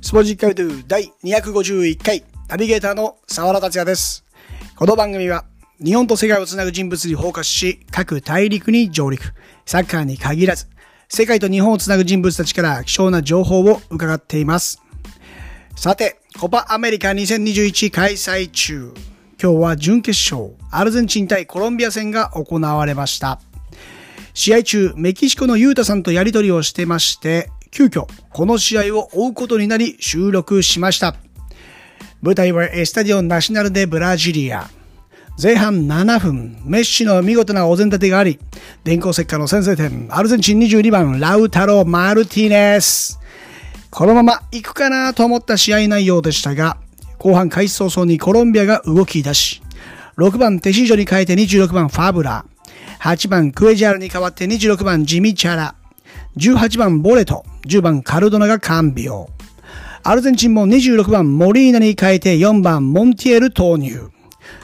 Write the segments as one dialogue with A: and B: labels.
A: スポジッカルトゥ第251回ナビゲーターの沢田達也です。この番組は日本と世界をつなぐ人物にフォーカスし、各大陸に上陸、サッカーに限らず、世界と日本をつなぐ人物たちから貴重な情報を伺っています。さて、コパアメリカ2021開催中。今日は準決勝、アルゼンチン対コロンビア戦が行われました。試合中、メキシコのユータさんとやり取りをしてまして、急遽、この試合を追うことになり収録しました。舞台はエスタディオナショナルでブラジリア。前半7分、メッシの見事なお膳立てがあり、電光石火の先制点、アルゼンチン22番、ラウタロ・マルティネス。このまま行くかなと思った試合内容でしたが、後半開始早々にコロンビアが動き出し、6番テシージョに変えて26番ファブラー、8番クエジャールに変わって26番ジミチャラ、18番ボレト、10番カルドナが完病。アルゼンチンも26番モリーナに変えて4番モンティエル投入。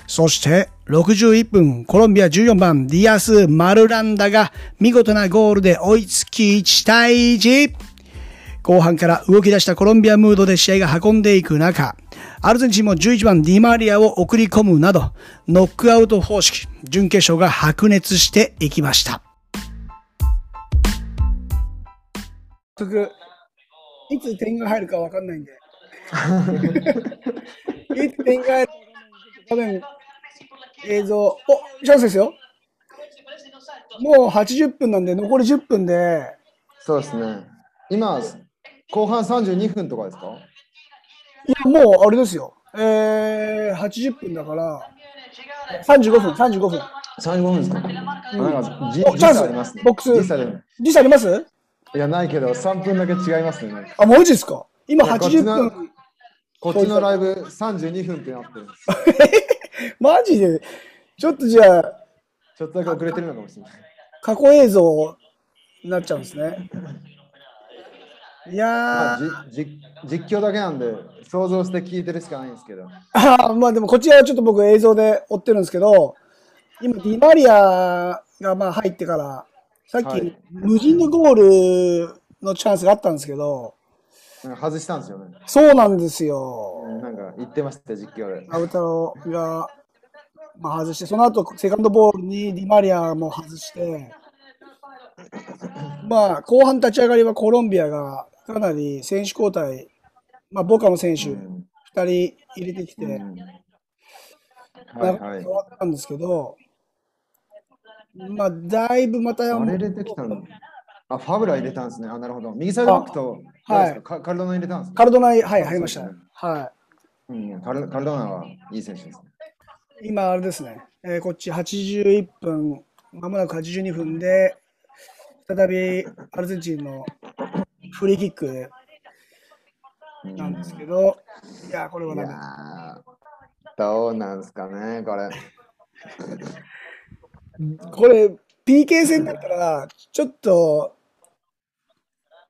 A: そして61分、コロンビア14番ディアス・マルランダが見事なゴールで追いつき1対1。後半から動き出したコロンビアムードで試合が運んでいく中、アルゼンチンも11番ディマリアを送り込むなど、ノックアウト方式、準決勝が白熱していきました。早速、いつ点が入るかわかんないんで。いつ点が入るか多分、映像、お、チャンスですよ。もう80分なんで、残り10分で、
B: そうですね。今、後半32分とかですか
A: いや、もうあれですよ。えー、80分だから、35分、35分。
B: ?35 分ですか、なんかじ
A: お
B: 時
A: チャンス
B: 差ありますね。
A: ボックス
B: 時差でも
A: 時差あります
B: いや、ないけど、3分だけ違いますね。なんか
A: あ、マジですか今
B: いや
A: 80
B: こっち
A: 分。
B: こっちのライブ32分ってなってるんです。
A: マジで。ちょっとじゃあ、
B: ちょっとだけ遅れてるのかもしれない。
A: 過去映像になっちゃうんですね。い
B: ま
A: や
B: あ、
A: ー、
B: じじ実況だけなんで、想像して聞いてるしかないんですけど。
A: あーまあでもこっちらはちょっと僕映像で追ってるんですけど、今、ディマリアがまあ入ってから、さっ
B: は
A: き
B: い
A: 無人のゴールのチャンスがあったんですけど、
B: なんか外したんですよね。
A: そうなんですよ。
B: なんか言ってました、実況で。
A: ラウタロが、まあ、外して、その後セカンドボールにディマリアも外して、まあ、後半立ち上がりはコロンビアがかなり選手交代、まあ、ボカの選手2
B: うん
A: 人入れてきて、
B: う
A: なんか
B: はいはい
A: 変。わったんですけど、まあ、だいぶまた、
B: あれ入れてきたのあ、ファブラ入れたんですね。あ、なるほど。右サイドバックと、
A: あはい
B: 誰ですかカカルドナ入れたんですか
A: カルドナ、はい、入りまし
B: そう
A: た
B: ですね。
A: は
B: うん、カルカルドーナはいい選手ですね。
A: い、今、あれですね、えーこっち81分、まもなく82分で、再びアルゼンチンのフリーキックで
B: うん
A: なんですけど、いや、これはいダ
B: や
A: メだ。
B: ーどうなんですかね、これ。
A: これ、PK 戦だったら、ちょっと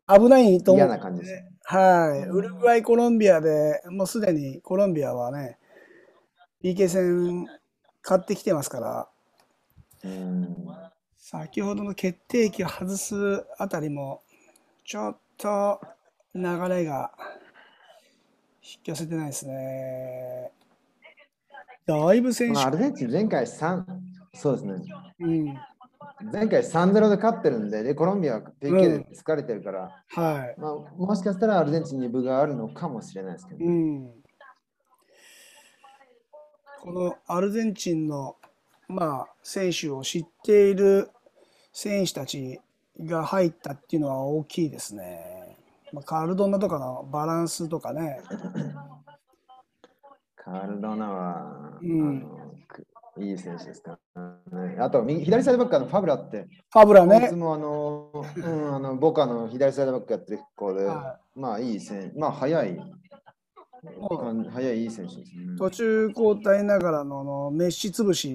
A: 危ないと思う。
B: 嫌な感じですね。
A: はい。ウルグアイ、コロンビアで、もうすでにコロンビアはね、PK 戦買ってきてますから、
B: うん
A: 先ほどの決定機を外すあたりも、ちょっと流れが引き寄せてないですね。だいぶ選手
B: まあ、アルゼンチン前回3、そうですね。
A: うん。
B: 前回3ゼ0で勝ってるんで、で、コロンビアは PK で疲れてるから、
A: はい。
B: まあ、もしかしたらアルゼンチンに分があるのかもしれないですけど。
A: うん、このアルゼンチンの、まあ、選手を知っている選手たちが入ったっていうのは大きいですね。まあ、カルドナとかのバランスとかね、
B: カルドーナは、
A: うん
B: あのくいい選手ですから、ね。あと、右左サイドバックのファブラって、
A: ファブラ
B: いつ
A: ね、
B: もあの、うん、あのボカの左サイドバックやってる子で、
A: は
B: まあいい選手、まあ早い、
A: も
B: 早いいい選手ですね
A: う。途中交代ながらのあのメッシ潰し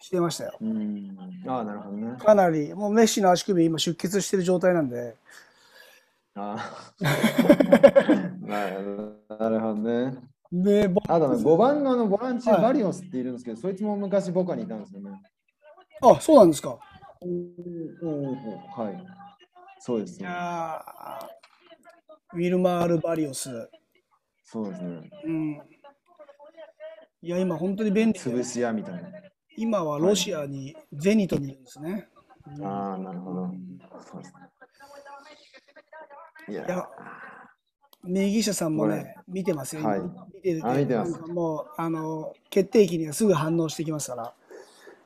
A: してましたよ。
B: うん、ああ、なるほどね。
A: かなり、もうメッシの足首今出血してる状態なんで、
B: あ あなるなるほどね。
A: で、ボ
B: あとね、5番のあのボランチ、
A: はい
B: バリオスっているんですけど、そいつも昔ボカにいたんですよね。
A: あ、そうなんですか。
B: はい。そうです
A: い
B: ね。
A: やーウィルマール・バリオス。
B: そうですね。
A: うん。いや、今本当に便利で
B: 潰し屋みたいな。
A: 今はロシアに、ゼニトにいるんですね。
B: ああ、なるほど。そうですね。いや
A: いや右下さんも
B: こ
A: ね
B: れ、
A: 見てますよ。
B: はい
A: 今見てて
B: あ見てます
A: なんかもう、あの、決定機にはすぐ反応してきますか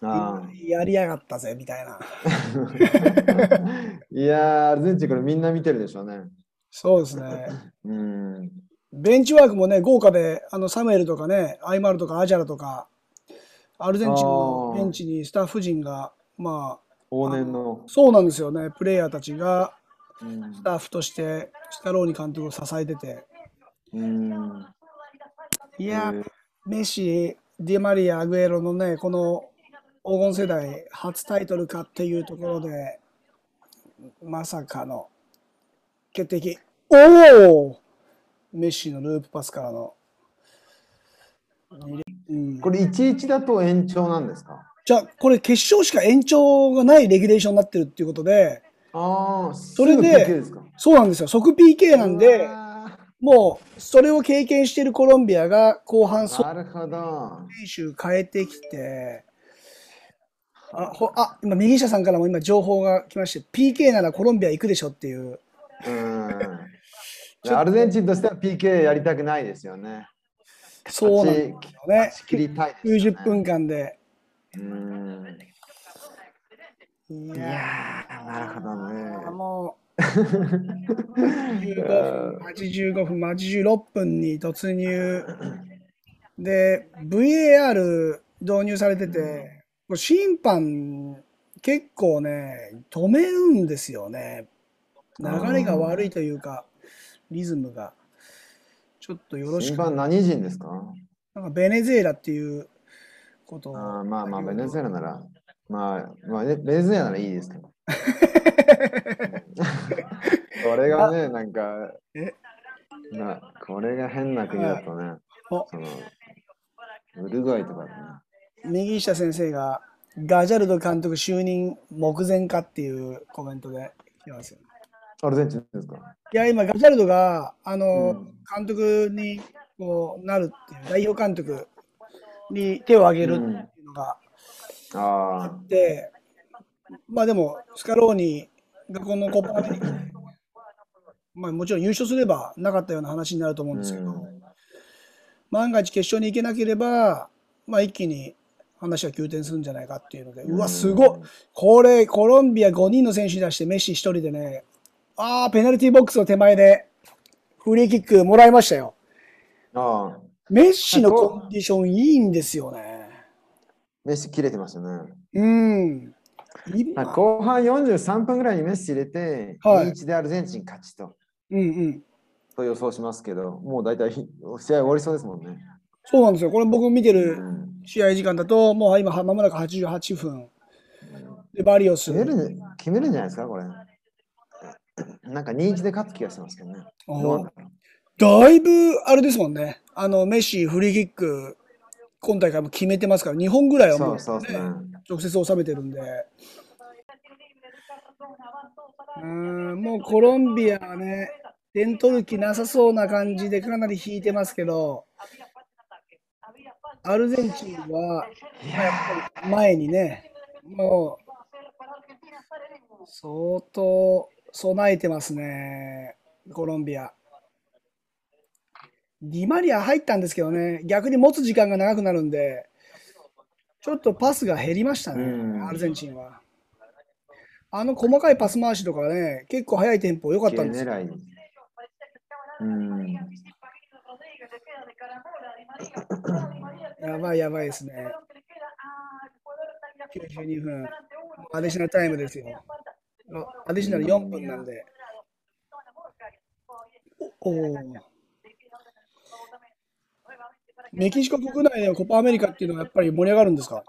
A: ら、
B: あ
A: やりやがったぜ、みたいな。
B: ー いやー、アルゼンチンこれみんな見てるでしょうね。
A: そうですね。
B: うん。
A: ベンチワークもね、豪華で、あの、サムエルとかね、アイマルとかアジャラとか、アルゼンチンの
B: あー
A: ベンチにスタッフ陣が、まあ、
B: 往年の。
A: そうなんですよね、プレイヤーたちが
B: うん
A: スタッフとして、スタローニ監督を支えてて、
B: うん。
A: い
B: い
A: やー、メッシ、ディマリア、アグエロのね、この黄金世代初タイトルかっていうところで、まさかの決定機。おおメッシのループパスからの。うん、
B: これ11だと延長なんですか
A: じゃあ、これ決勝しか延長がないレギュレーションになってるっていうことで、
B: ああ、そ
A: れで
B: ですか
A: そうなんですよ、即 PK なんで、
B: あ
A: もうそれを経験しているコロンビアが後半、
B: ー
A: そう
B: なるほど。
A: 選手変えてきて、あ、ほあ今、右下さんからも今、情報が来まして、PK ならコロンビア行くでしょっていう、
B: うん。アルゼンチンとしては PK やりたくないですよね。
A: そうなんですよね
B: 勝ち切りたいですよね
A: 90分間で。
B: うん。
A: い
B: いやー、なるほどね
A: ー。もう、85分、85分、86分に突入。で、VAR 導入されてて、これ審判、結構ね、止めるんですよね。流れが悪いというか、リズムが。ちょっとよろし
B: 審
A: く。
B: 判何人ですか
A: なんかベネズエラっていうことを。
B: あーまあまあ、ベネズエラなら、まあ、まあ、ベネズエラならいいで すけど。これがね、なんか
A: え、
B: なこれが変な国だとね、
A: お
B: そのウルグアイとかだね。
A: 右下先生がガジャルド監督就任目前かっていうコメントで来てますよね。
B: アルゼンチンですか、
A: いや、今、ガジャルドが、あ
B: う
A: の、
B: ん
A: 監督にこうなるっていう、代表監督に手を挙げるっていうのがあ
B: あ
A: って、まあでも、スカローニがこのコッパアメリカまあもちろん優勝すればなかったような話になると思
B: あ、
A: う
B: うん
A: ですけど、
B: ん、
A: 万が一決勝に行けなければ、まあ一気に話は急転するんじゃないかっていうので、うわ、すごいこれ、コロンビア5人の選手に出して、メッシ1人でね、あー、ペナルティーボックスの手前で、フリーキックもらいましたよ。
B: ああ、
A: メッシのコンディションいいんですよね。
B: メッシ切れてましたね。
A: うん。
B: あ
A: 今、
B: 後半43分ぐらいにメッシ入れて、
A: はい
B: 2-1でアルゼンチン勝ちと
A: うんうん。
B: と予想しますけど、もう大体試合終わりそうですもんね。
A: そうなんですよ。これ僕見て
B: う
A: る
B: ん
A: 試合時間だと、もう今、まもなく88分。で、バリオス。
B: 決めるん決めるんじゃないですか、これ。なんか2-1で勝つ気がしますけどね。
A: お
B: どう
A: ー
B: なんだろ
A: だいぶ、あれですもんね。あの、メッシ、フリーキック、今大会も決めてますから、2本ぐらいうは
B: そ
A: も
B: うそうですね。
A: 直接収めてるんで。うーんもうコロンビアはね、点取る気なさそうな感じでかなり引いてますけど、アルゼンチンはまあやっぱり前にね、もう相当備えてますね、コロンビア。ディマリア入ったんですけどね、逆に持つ時間が長くなるんで、ちょっとパスが減りましたね、
B: うん
A: アルゼンチンは。あの細かいパス回しとかね、結構速いテンポ良かったんですよ。
B: 狙い。うん。
A: やばいやばいですね。92分。アディショナルタイムですよ。のアディショナル4分なんで。おおーメキシコ国内のコパアメリカっていうのはやっぱり盛り上がるんですか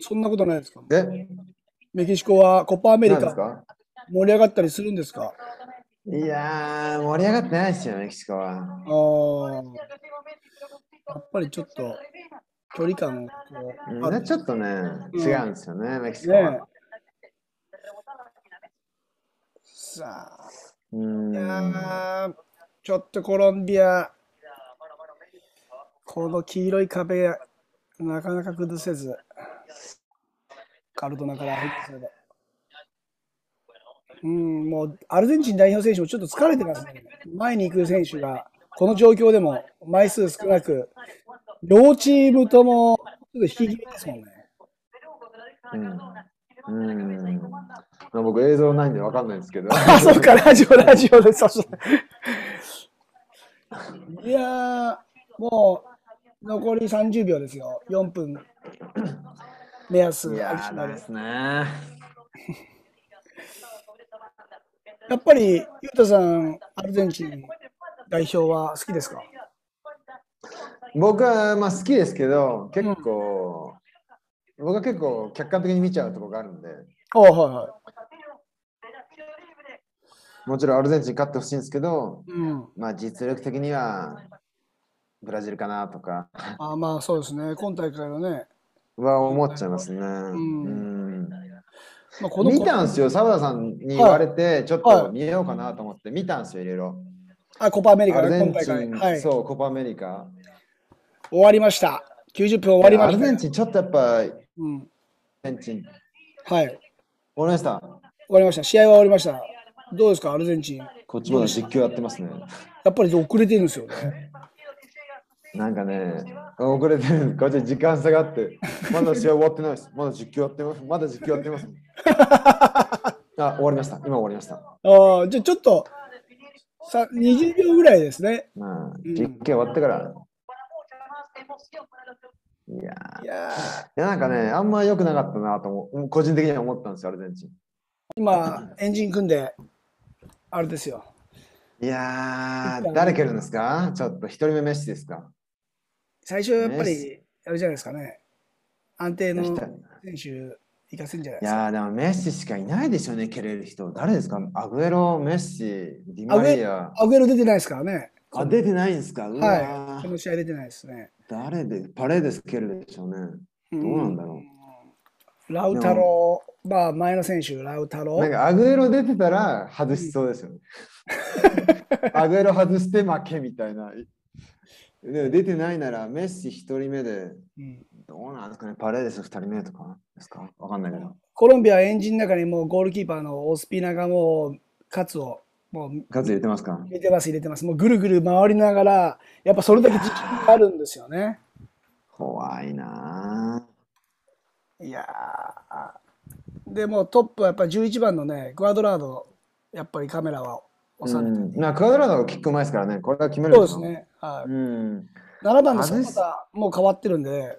A: そんなことないですか
B: え、
A: メキシコはコパアメリ
B: 何です
A: カ
B: か
A: 盛り上がったりするんですか
B: いやー、盛り上がってないですよ、メキシコは。
A: あーやっぱりちょっと距離感がこ
B: みん
A: うあ
B: な
A: る
B: ちょっとね、
A: うん
B: 違うんですよね、メキシコ
A: ね
B: は。
A: さあ
B: うん
A: いやーちょっとコロンビア、この黄色い壁、なかなか崩せず、カルドナから入ってそうだ。うん、もうアルゼンチン代表選手もちょっと疲れてますね。前に行く選手が、この状況でも枚数少なく、両チームともちょっと引き気味ですもんね。
B: うん。うん。僕映像ないんでわかんないんですけど。
A: あ、そっか、ラジオ、ラジオで、そうそう。いやー、もう、残り30秒ですよ。4分。目安、
B: い
A: アデ
B: や
A: ィシ
B: ー、
A: ョナ
B: な
A: ル
B: いですね。
A: やっぱり、ゆうたさん、アルゼンチン代表は好きですか
B: 僕はまあ好きですけど、結構、僕は結構客観的に見ちゃうところがあるんで、
A: あはいは
B: もちろんアルゼンチン勝ってほしいんですけど、
A: い。うん。
B: まあ実力的にはブラジルかなとか
A: あまあ、そうですね。今大会のね、
B: は思っちゃいますね。
A: ん
B: うん
A: まあ、この
B: 見たんですよ、澤田さんに言われて、ちょっ
A: はい
B: と見ようかなと思って見たんですよ、いろいろ。
A: あコパアメリ
B: ア
A: カ
B: ル
A: ね、
B: ゼ
A: 今
B: ン
A: 大
B: チ
A: 会。
B: ン、
A: はい。終
B: そう、コパアメリカ。
A: わりました。90分終わりま
B: ア
A: し
B: ル
A: た。
B: ゼンチン、ちょっとやっぱ、アル
A: うん。
B: ゼンチン、
A: はい。終
B: 思いました。
A: わりました。試合は終わりました。どうですか、アルゼンチン。や
B: こっちまだ実況やってますね。
A: っぱり遅れてるんですよね。
B: なんかね、遅れてる、こっち時間差があって、まだ試合終わってないです。まだ実況やってます。まだ実況やっ てます。あ、終わりました。今終わりました。
A: ああ、じゃあちょっと、さ20秒ぐらいですね。
B: まあ、実況終わってから。いや
A: いやー
B: ーいやなんかね、あんま良くなかったなと思う、個人的には思ったんですよ、アルゼンチン。
A: 今、エンジン組んで、あれですよ。
B: いやー、誰蹴るんですかちょっと一人目メッシですか
A: 最初やっぱ
B: メッ
A: り
B: シ、
A: あれじゃないですかね。安定
B: いや
A: の
B: 一人
A: 選手、行かせるんじゃない
B: い
A: ですか。
B: やー、でもメッシしかいないでしょうね、蹴れる人。誰ですかアグエロ、メッシ、ディマリア。
A: アグエロ出てないですからね。
B: あ、出てないんですかうわ
A: はい。こ
B: ー、
A: の試合出てないですね。
B: 誰で、パレーデス蹴るでしょうね。
A: ど
B: どうなんだろ
A: ラウタロー、まあ前の選手、ラウタロ
B: う。なん
A: ー。
B: かアグエロ出てたら外しそうで すよね。アグエロ外して負けみたいな。でも出てないならメッシ一人目で、
A: うん
B: どうなんですかね、パレーデス二人目とかですかわかんないけど。
A: コロンビアはエンジンの中にもうゴールキーパーのオスピナがもう、カツを、もう
B: ガズ入れてますか
A: 入れてます、入れてます。もうぐるぐる回りながら、やっぱそれだけ時間があるんですよね。
B: 怖いない
A: やーでもトップはやっぱり11番のね、クアドラード、やっぱりカメラは
B: ぁ。
A: 収めて、
B: うんまあ、クアドラードがキックうまいですからね、これが決める
A: そう
B: の
A: で
B: か
A: すね、は
B: うん。
A: い、7番の
B: あ
A: サ
B: れ
A: ポー
B: っす
A: ターもう変わってるんで、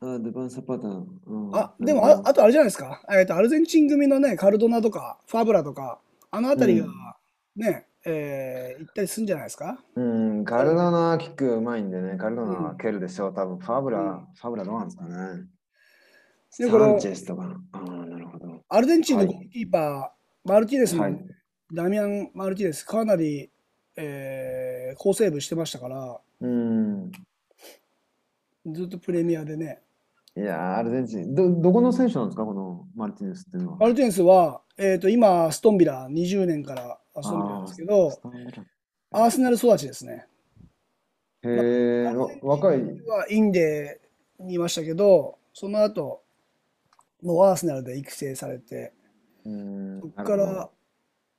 B: あ、デバンサパターン。うん
A: あでもあ、あとあれじゃないですか、えーと、アルゼンチン組のね、カルドナとか、ファブラとか、あの辺りがね、えー行ったりするんじゃないですか。
B: うん、カルドナキックうまいんでね、カルドナは蹴るでしょう、多分ファブラ、ファブラどうなんですかね。
A: で
B: サ
A: この
B: ンチェスとか。ああ、なるほど。
A: アルゼンチンのゴールキーパー、マルティネスも、
B: はい
A: ダミアン・マルティネス、かなり、えー好セーブしてましたから、
B: うん。
A: ずっとプレミアでね。
B: いやー、アルゼンチン、ど、どこの選手なんですか、このマルティネスっていうのは。
A: マルティネスは、えー、と今、ストンビラ、20年から
B: あ
A: ストンビラなんですけ
B: ー
A: ど
B: ス、タンドだ
A: アーセナル育ちですね。
B: へえ、わ若い。
A: はインデにいましたけど、その後、もうアーセナルで育成されて、
B: うん、
A: そこ
B: な
A: か
B: るほ
A: ら
B: ど、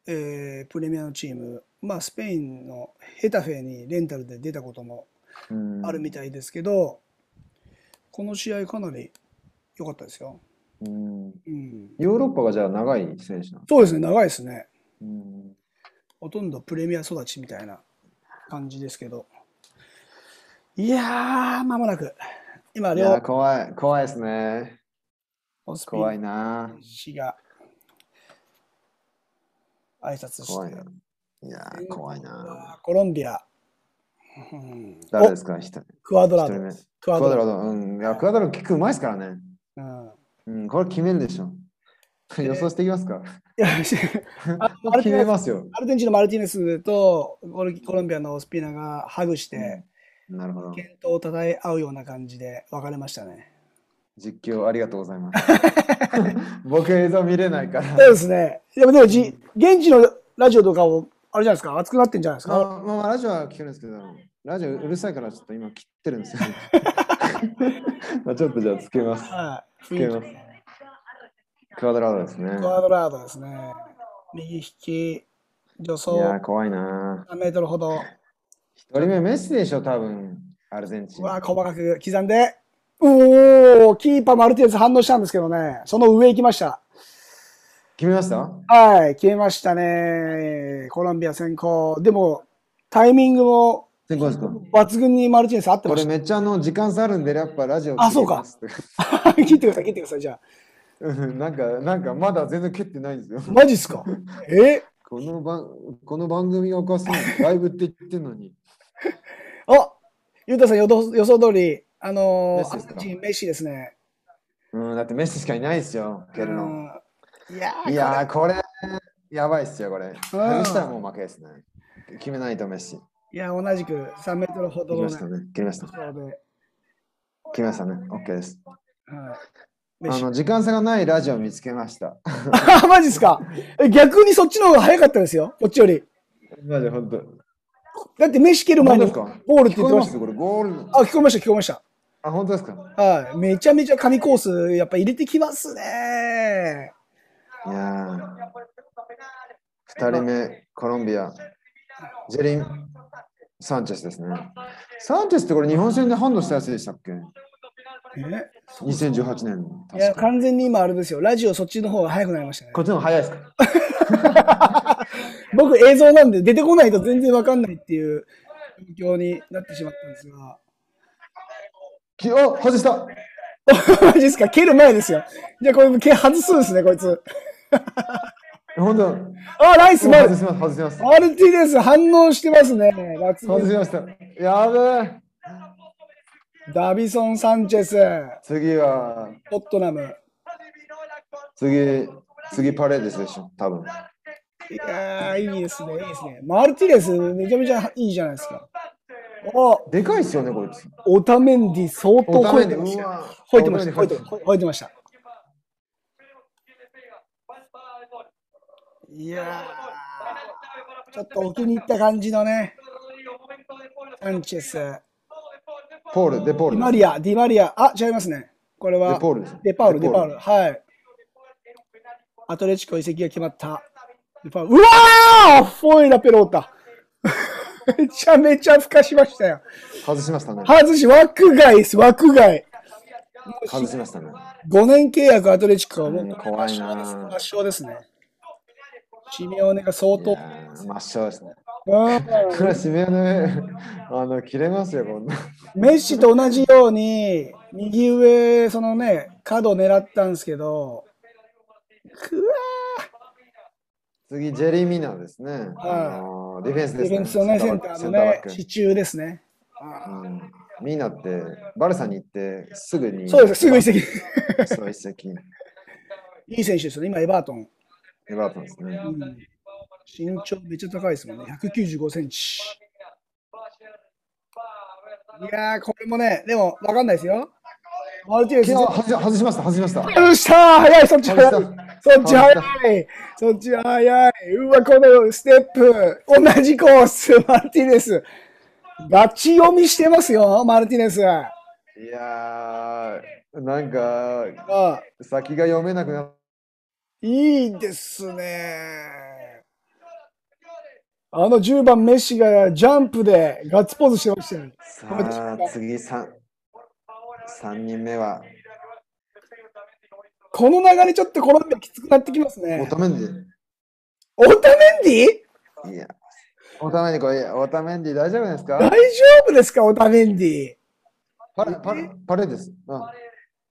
A: えープレミアのチーム、まあ、スペインのヘタフェにレンタルで出たことも
B: うん
A: あるみたいですけど、この試合かなり良かったですよ。
B: うん
A: うん、
B: ヨーロッパがじゃあ長い選手なの、
A: そうですね、長いですね。
B: うん、
A: ほとんどプレミア育ちみたいな感じですけど。いやー、間もなく。今、
B: いや
A: 両
B: ー怖い、怖いですね。
A: オスピ
B: 怖い
A: ー
B: な
A: 氏が挨拶
B: ー。
A: し
B: 怖い
A: て
B: な。。いやー、怖いな
A: コロンビア。うん
B: ー。誰
A: お
B: ですか、一人
A: クワド
B: 一
A: ラ
B: 人
A: ド
B: 目。
A: です。
B: ク
A: ク
B: ア
A: ワ
B: ド
A: ドラ
B: ラド、うん。いや、クアドラドキックうまいですからね。
A: ド。うん
B: うん、これ決めるでしょ。予想していきますか。
A: いや あ
B: こ
A: アル
B: れ
A: テ
B: 決
A: ィ
B: め
A: ネス
B: ますよ。
A: アルゼンチンのマルティネスとコルコロンビアのオスピーナがハグして、
B: なるほど。
A: 健闘をたたえ合うような感じで別れましたね。
B: 実況ありがとうござ います。僕映像見れないから。
A: そうですね。でもでもじ、現地のラジオとかをあれじゃないですか、熱くなってんじゃないです
B: あ
A: か。
B: まあ、ラジオは聞くんですけど、ラジオうるさいからちょっと今切ってるんです よ。まあちょっとじゃあつけます。
A: はい。
B: つけます。クワドラードですね。
A: クワドラードですね。右引き、助走
B: いやー、怖いな
A: 3メートルほど。
B: ー。一人目メッシでしょ、多分アルゼンチ
A: う
B: ン。
A: わー細かく刻んで。おおキーパーマルティネス反応したんですけどね、その上行きました。
B: 決めました
A: はい、消えましたね。コロンビア先行。でも、タイミングも
B: 先行ですか
A: 抜群にマルティネス合ってま
B: 俺
A: した。
B: めっちゃあの時間差あるんで、やっぱラジオ
A: あそうか
B: 聞いてま す。
A: 切ってください、切ってください、じゃあ。
B: うんなんか、なんかまだ全然蹴ってないんですよ。
A: マジっすかえ
B: この番この番組がおかしい。ライブって言ってんのに。
A: あゆうたさん予想予想通り、あの
B: メッ
A: ー、
B: シ
A: ア
B: で
A: ル
B: すか
A: ゼンチンメッシですね。
B: うん、だってメッシしかいないですよ、蹴るの。
A: うんいやー
B: いやー、これ、やばいっすよ、これ。外したらもう負けですね。決めないとメッシ。
A: いや、同じく3メートルほど
B: 決め
A: の
B: ま
A: ね
B: したね。決めました。
A: と
B: 決
A: ころで、はい、
B: めましたね。OK です。
A: メッ
B: あ
A: シ。
B: の、時間差がないラジオを見つけました。
A: あ、マジっすかえ逆にそっちの方が早かったですよ、こっちより。
B: マジ、ほんと。
A: だってメッシ蹴る前
B: 本当
A: に
B: ですか
A: ボールって言っ
B: 聞こえ
A: てま
B: ま
A: し
B: すこれ、ゴール。
A: た。あ、聞こえました、聞こえました。
B: あ、本当ですか
A: はい、めちゃめちゃ神コース、やっぱ入れてきますね。
B: いやー。二人目、コロンビア。ジェリン・サンチェスですね。サンチェスってこれ日本戦でハンドしたやつでしたっけ
A: え
B: ?2018 年の。
A: いや、
B: 確か
A: 完全に今あれですよ、ラジオそっちの方が早くなりましたね
B: こ。っちの方が早いですか
A: 僕映像なんで出てこないと全然わかんないっていう状況になってしまったんですが。
B: きあ、外した
A: マジですか蹴る前ですよ。じゃあこれ蹴外すんですね、こいつ。
B: 本当だ
A: あ、ナイスマ
B: 外
A: ル
B: します、外します。
A: マルティネス反応してますね。抜
B: 外
A: 群
B: しました。やべえ。
A: ダビソン・サンチェス、
B: 次は、
A: トットナム。
B: 次、次パレーデスでしょ、多分。
A: いやー、いいですね、いいですね。マルティネス、めちゃめちゃいいじゃないですか。お
B: でかいっすよね、こいつ。
A: オタメンディ相当吠えてまし
B: う
A: た。
B: わ
A: 吠えてました。
B: 吠
A: 吠
B: え
A: えて
B: て
A: ま
B: ま
A: し。
B: した
A: 吠えてました。いやー、ちょっと置きに行った感じのね、サンチェス、
B: たポール、デポー
A: ディ
B: ル
A: マ
B: です。
A: リア、ディマリア、あ、違いますね。これは
B: デポールです。
A: デパウル、デパウル、
B: デ
A: はい。アトレチコ移籍が決まった。デパウルうわーフォイラペロータ。 めちゃめちゃふかしましたよ。
B: 外しましたね。
A: 外し、枠外です、枠外。
B: 外しましたね。
A: 5年契約アトレチコはも
B: う
A: うん圧
B: 怖いな
A: 勝です圧勝ですね。シミオネが相
B: い
A: 当。
B: やー抹消ですね。
A: うん
B: これは渋谷のあの切れますよ、こんな。
A: メッシと同じように、右上、そのね、角を狙ったんですけど、くわ
B: 次、ジェリー・ミナーですね。あのディフェンス
A: ー
B: で
A: ディ
B: す
A: フェ
B: ね。
A: ンスのね、センターのね、
B: セ
A: 支柱ですね。
B: ンターバックうんミナって、バルサに行って、すぐに。
A: そうです、すぐ 移籍。
B: す。そう、移籍。
A: いい選手ですよね、今、エバートン。
B: エバートンですね
A: う。ん身長めっちゃ高いですもんね、195センチ。いやー、これもね、でも分かんないですよ。マルティネス、
B: 昨日、外し外しました、外しました。
A: よっしゃー早い、そっち早い。
B: 外し
A: そっち早い。そっち早い。うわ、このステップ。同じコース、マルティネス。ガチ読みしてますよ、マルティネス。あ
B: いやー、なんか、
A: あ
B: 先が読めなくなっ
A: いいですね。あの10番メッシがジャンプでガッツポーズしてましたよ、ね。
B: さあ、次3、三人目は、
A: この流れちょっとコロンビアきつくなってきます
B: オ
A: ね。
B: タメンデ
A: オタメンディ
B: ィ。いや、オタメンディ、これ、オタメンディ大丈夫です
A: 大
B: か
A: 丈夫ですか、オタメンデ
B: パレ、パレ、パレです。あ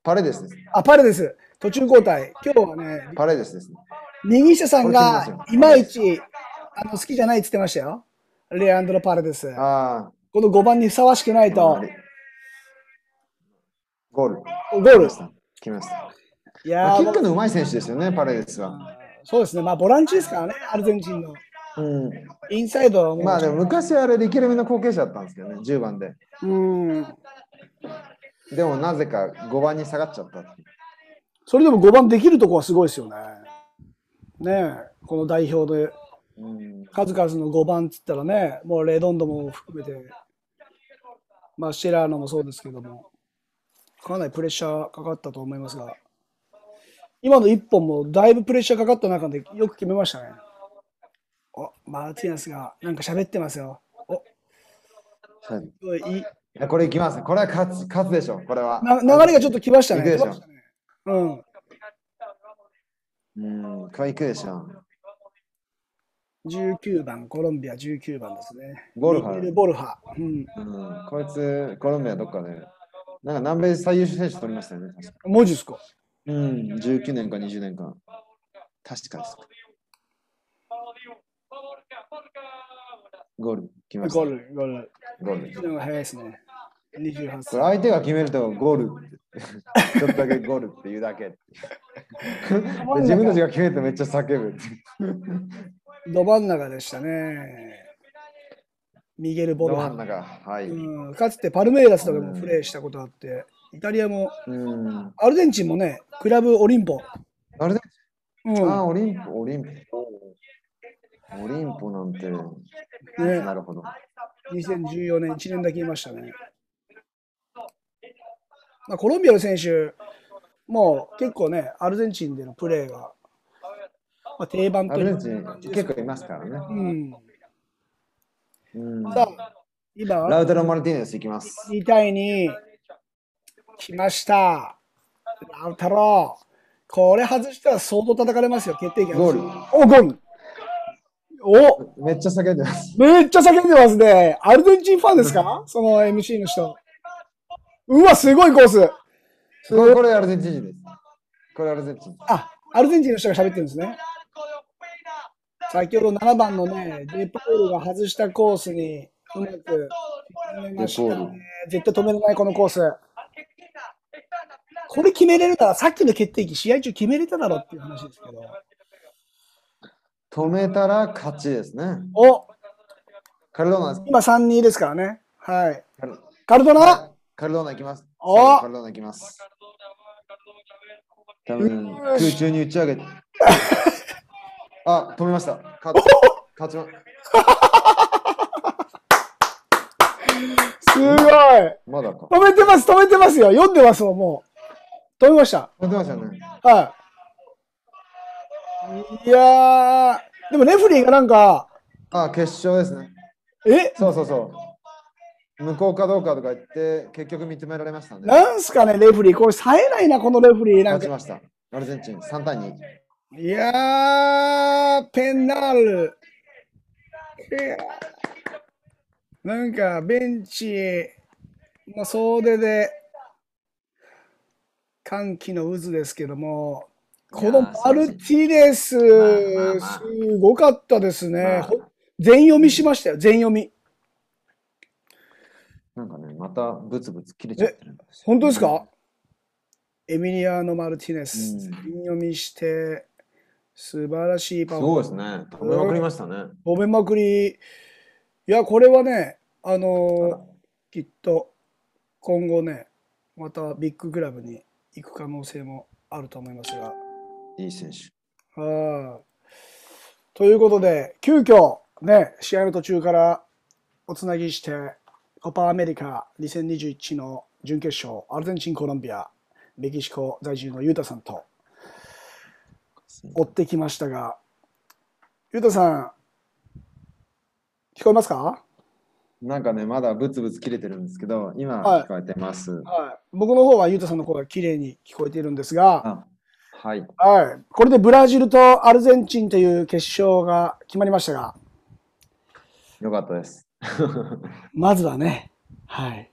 B: パレですです。
A: ィ。あ、パレです。途中交代。今日はね、
B: パレですですね。
A: 右下さんが
B: これ
A: いまいちあの好きじゃないって言ってましたよ。レアンドロ・パレデス。
B: あ
A: この5番にふさわしくない
B: あ、
A: と
B: あ、れゴール。
A: ゴール
B: 決。めまし
A: い
B: た。ま
A: や
B: あキ
A: ー
B: ックの上手い選手ですよね、パレですは。
A: そうですね、まあボランチですからね、アルゼンチンの。
B: うん。
A: インサイドはもう、
B: まあでも昔あれ、リケルメの後継者だったんですけどね、10番で。
A: うん。
B: でもなぜか5番に下がっちゃったっていう
A: それでも5番できるとこはすごいですよね。ねえ、この代表で
B: うん
A: 数々の5番っつったらね、もうレドンドも含めて、まあ、シェラーノもそうですけども、かなりプレッシャーかかったと思いますが、今の1本もだいぶプレッシャーかかった中でよく決めましたね。お、マルティナスがなんか喋ってますよ。お、
B: はいい
A: すごいいい
B: やこれいきます。これは勝つ、勝つでしょ。これは。
A: な流れがちょっと来ましたね。
B: 行くでしょ
A: 来ましたねうん。
B: うん、これいくでしょ。
A: 19番、コロンビア19番ですね。
B: ボルハ
A: ミゲルボルハ。うん。
B: うん、こいつ、コロンビアどっかで、なんか南米最優秀選手取りましたよね。確か
A: 文字ですか
B: うん、19年か20年か。確かです。ゴール、決めました。
A: ゴール、ゴール。
B: ゴール
A: でも早いですね。28
B: こ
A: 歳
B: れ。相手が決めるとゴールって、ちょっとだけゴールって言 うだけ。自分たちが決めるとめっちゃ叫ぶって。
A: ど真ん中でしたね。ミゲル・ボ
B: ど
A: ルハ
B: 真ん。中、はい。
A: う
B: う
A: ん、かつてパルメイラスとかでもプレーしたことあって、イタリアも、
B: ん。
A: アルゼンチンもね、クラブオリンポ。
B: あれで、
A: うん、
B: あ、オリンポ、オリンポ。オリンポなんて、
A: ね
B: なるほど。
A: 2014年、1年だけいましたね。まあ、コロンビアの選手、もう結構ね、アルゼンチンでのプレーが、まあ、定番
B: ア
A: とい
B: ルゼ
A: う
B: ンチン結構いますからね。
A: うん、
B: うん、
A: さあ、今、
B: ラウタロ・マルティネスいきます。
A: 2対2、来ました。ラウタロー。これ外したら相当叩かれますよ、決定権。
B: ゴール
A: お、ゴール。お、
B: めっちゃ叫んでます。
A: めっちゃ叫んでますね。アルゼンチンファンですかその MC の人。うわ、すごいコース。
B: これこれアルゼンチン人です。これアルゼンチン。
A: あ、アルゼンチンの人が喋ってるんですね。先ほど7番のね、デパールが外したコースにうまく決めました
B: デパー
A: ね。絶対止めれない、このコース。これ決めれるなら、さっきの決定機、試合中決めれただろうっていう話ですけど。
B: 止めたら勝ちですね。
A: お、
B: カルドーナです。
A: 今3-2ですからね。はい。
B: カル
A: カルドナ
B: カルドーナ行きます。
A: お
B: 最後カルドーナ行きます。多分
A: よし
B: 空中に打ち上 げて。あ、止めました。勝勝ちま、
A: すごい
B: まだか。
A: 止めてます、止めてますよ。読んでますもん、もう。止めました。
B: 止めてましたよね。
A: はい。いやー、でもレフェリーがなんか、
B: あ、決勝ですね。
A: え、
B: そうそうそう。無効かどうかとか言って、結局認められましたね。
A: なんすかね、レフェリー。これ、冴えないな、このレフェリー。なん
B: 勝ち
A: か
B: ました。アルゼンチン3対2。
A: いやー、ペンナール。いやーなんか、ベンチの総出で、歓喜の渦ですけども、この
B: いやー
A: マルティネス、
B: まあまあます
A: ごかったですね。
B: まあ
A: ほ全読みしましたよ、全読み。
B: なんかね、またブツブツ切れちゃってるんですよ。
A: 本当ですかエミリアーノ・マルティネス、
B: うん
A: 全読みして、素晴らしいパ
B: す
A: フォーマンス
B: ごいですね。食べまくりましたね。
A: 褒めまくり。いや、これはね、あのーきっと今後ね、またビッグクラブに行く可能性もあると思いますが。
B: いい選手。
A: はいということで、急遽ね、試合の途中からおつなぎして、コパアメリカ2021の準決勝、アルゼンチン、コロンビア、メキシコ在住のユータさんと追ってきましたが、ユータさん、聞こえますか
B: なんかね、まだブツブツ切れてるんですけど、今
A: はい
B: 聞こえてます。
A: はい、僕の方はゆうたさんの声が綺麗に聞こえているんですが、
B: あはい。
A: はい、これでブラジルとアルゼンチンという決勝が決まりましたが、
B: よかったです。
A: まずはね、はい、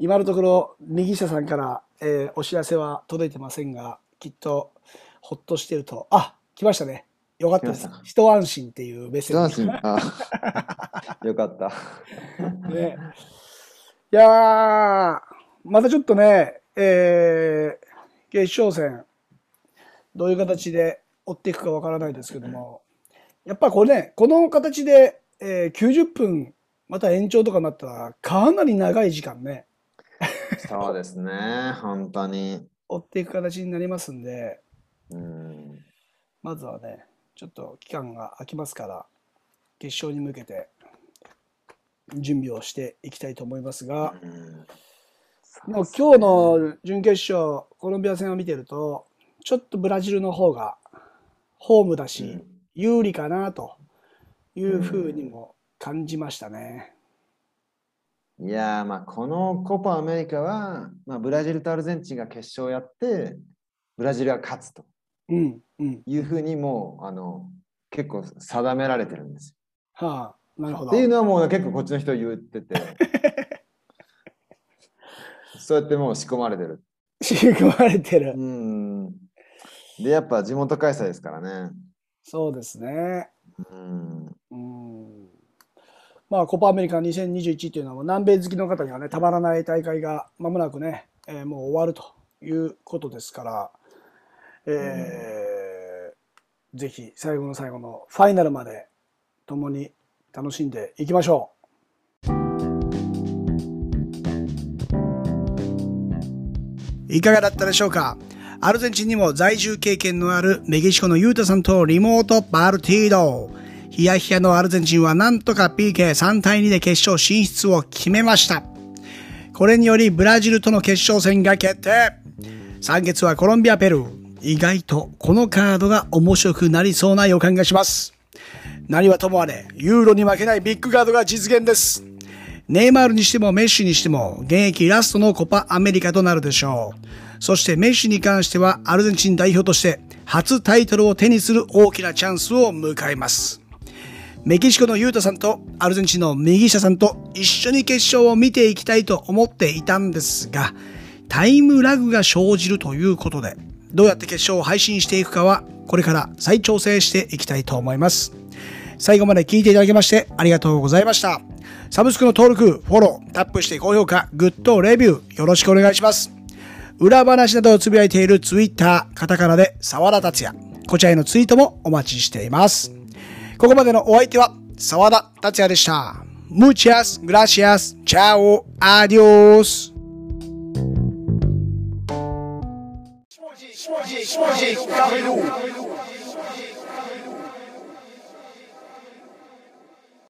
A: 今のところ右下さんから、えーお知らせは届いてませんが、きっとほっとしてると、あ来ましたね、よかったです
B: 来まし、た
A: 一安心っていうメッセ
B: 一
A: ー
B: 安
A: ジ。
B: 心。あよかった。
A: ね、いやー、またちょっとね、えー決勝戦、どういう形で追っていくかわからないですけども、やっぱこれね、この形で、えー90分、また延長とかになったら、かなり長い時間ね、
B: そうですね、本当に。
A: 追っていく形になりますんで、
B: うん。
A: まずはね、ちょっと期間が空きますから、決勝に向けて準備をしていきたいと思いますが、
B: うん
A: でも今日の準決勝、コロンビア戦を見てると、ちょっとブラジルの方がホームだし、有利かなというふうにも感じましたね。
B: いやーまあこのコパアメリカは、まあ、ブラジルとアルゼンチンが決勝やってブラジルが勝つと
A: うん、うん。
B: いうふうにもうあの結構定められてるんですよ
A: はあ、なるほ
B: っ
A: ど
B: てい。うのはもう結構こっちの人言っててそうやってもう仕込まれてる
A: 仕組まれてる。
B: うんでやっぱ地元開催ですからね
A: そうですね。
B: うん
A: うん。まあ、コパアメリカ2021というのはもう南米好きの方にはね、たまらない大会がまもなくね、えーもう終わるということですから、えーぜひ最後の最後のファイナルまで共に楽しんでいきましょう。いかがだったでしょうかアルゼンチンにも在住経験のあるメキシコのユータさんとリモートバルティード。ヒヤヒヤのアルゼンチンはなんとか PK3 対2で決勝進出を決めました。これによりブラジルとの決勝戦が決定。3月はコロンビア、ペルー。意外とこのカードが面白くなりそうな予感がします。何はともあれ、ユーロに負けないビッグカードが実現です。ネイマールにしてもメッシにしても現役ラストのコパアメリカとなるでしょう。そしてメッシに関してはアルゼンチン代表として初タイトルを手にする大きなチャンスを迎えます。メキシコのユータさんとアルゼンチンの右下さんと一緒に決勝を見ていきたいと思っていたんですが、タイムラグが生じるということで、どうやって決勝を配信していくかは、これから再調整していきたいと思います。最後まで聞いていただきましてありがとうございました。サブスクの登録、フォロー、タップして高評価、グッド、レビュー、よろしくお願いします。裏話などをつぶやいているツイッター、カタカナで、沢田達也。こちらへのツイートもお待ちしています。ここまでのお相手は、沢田達也でした。Muchas gracias. Chao. Adios.
C: 下地下地下地下路。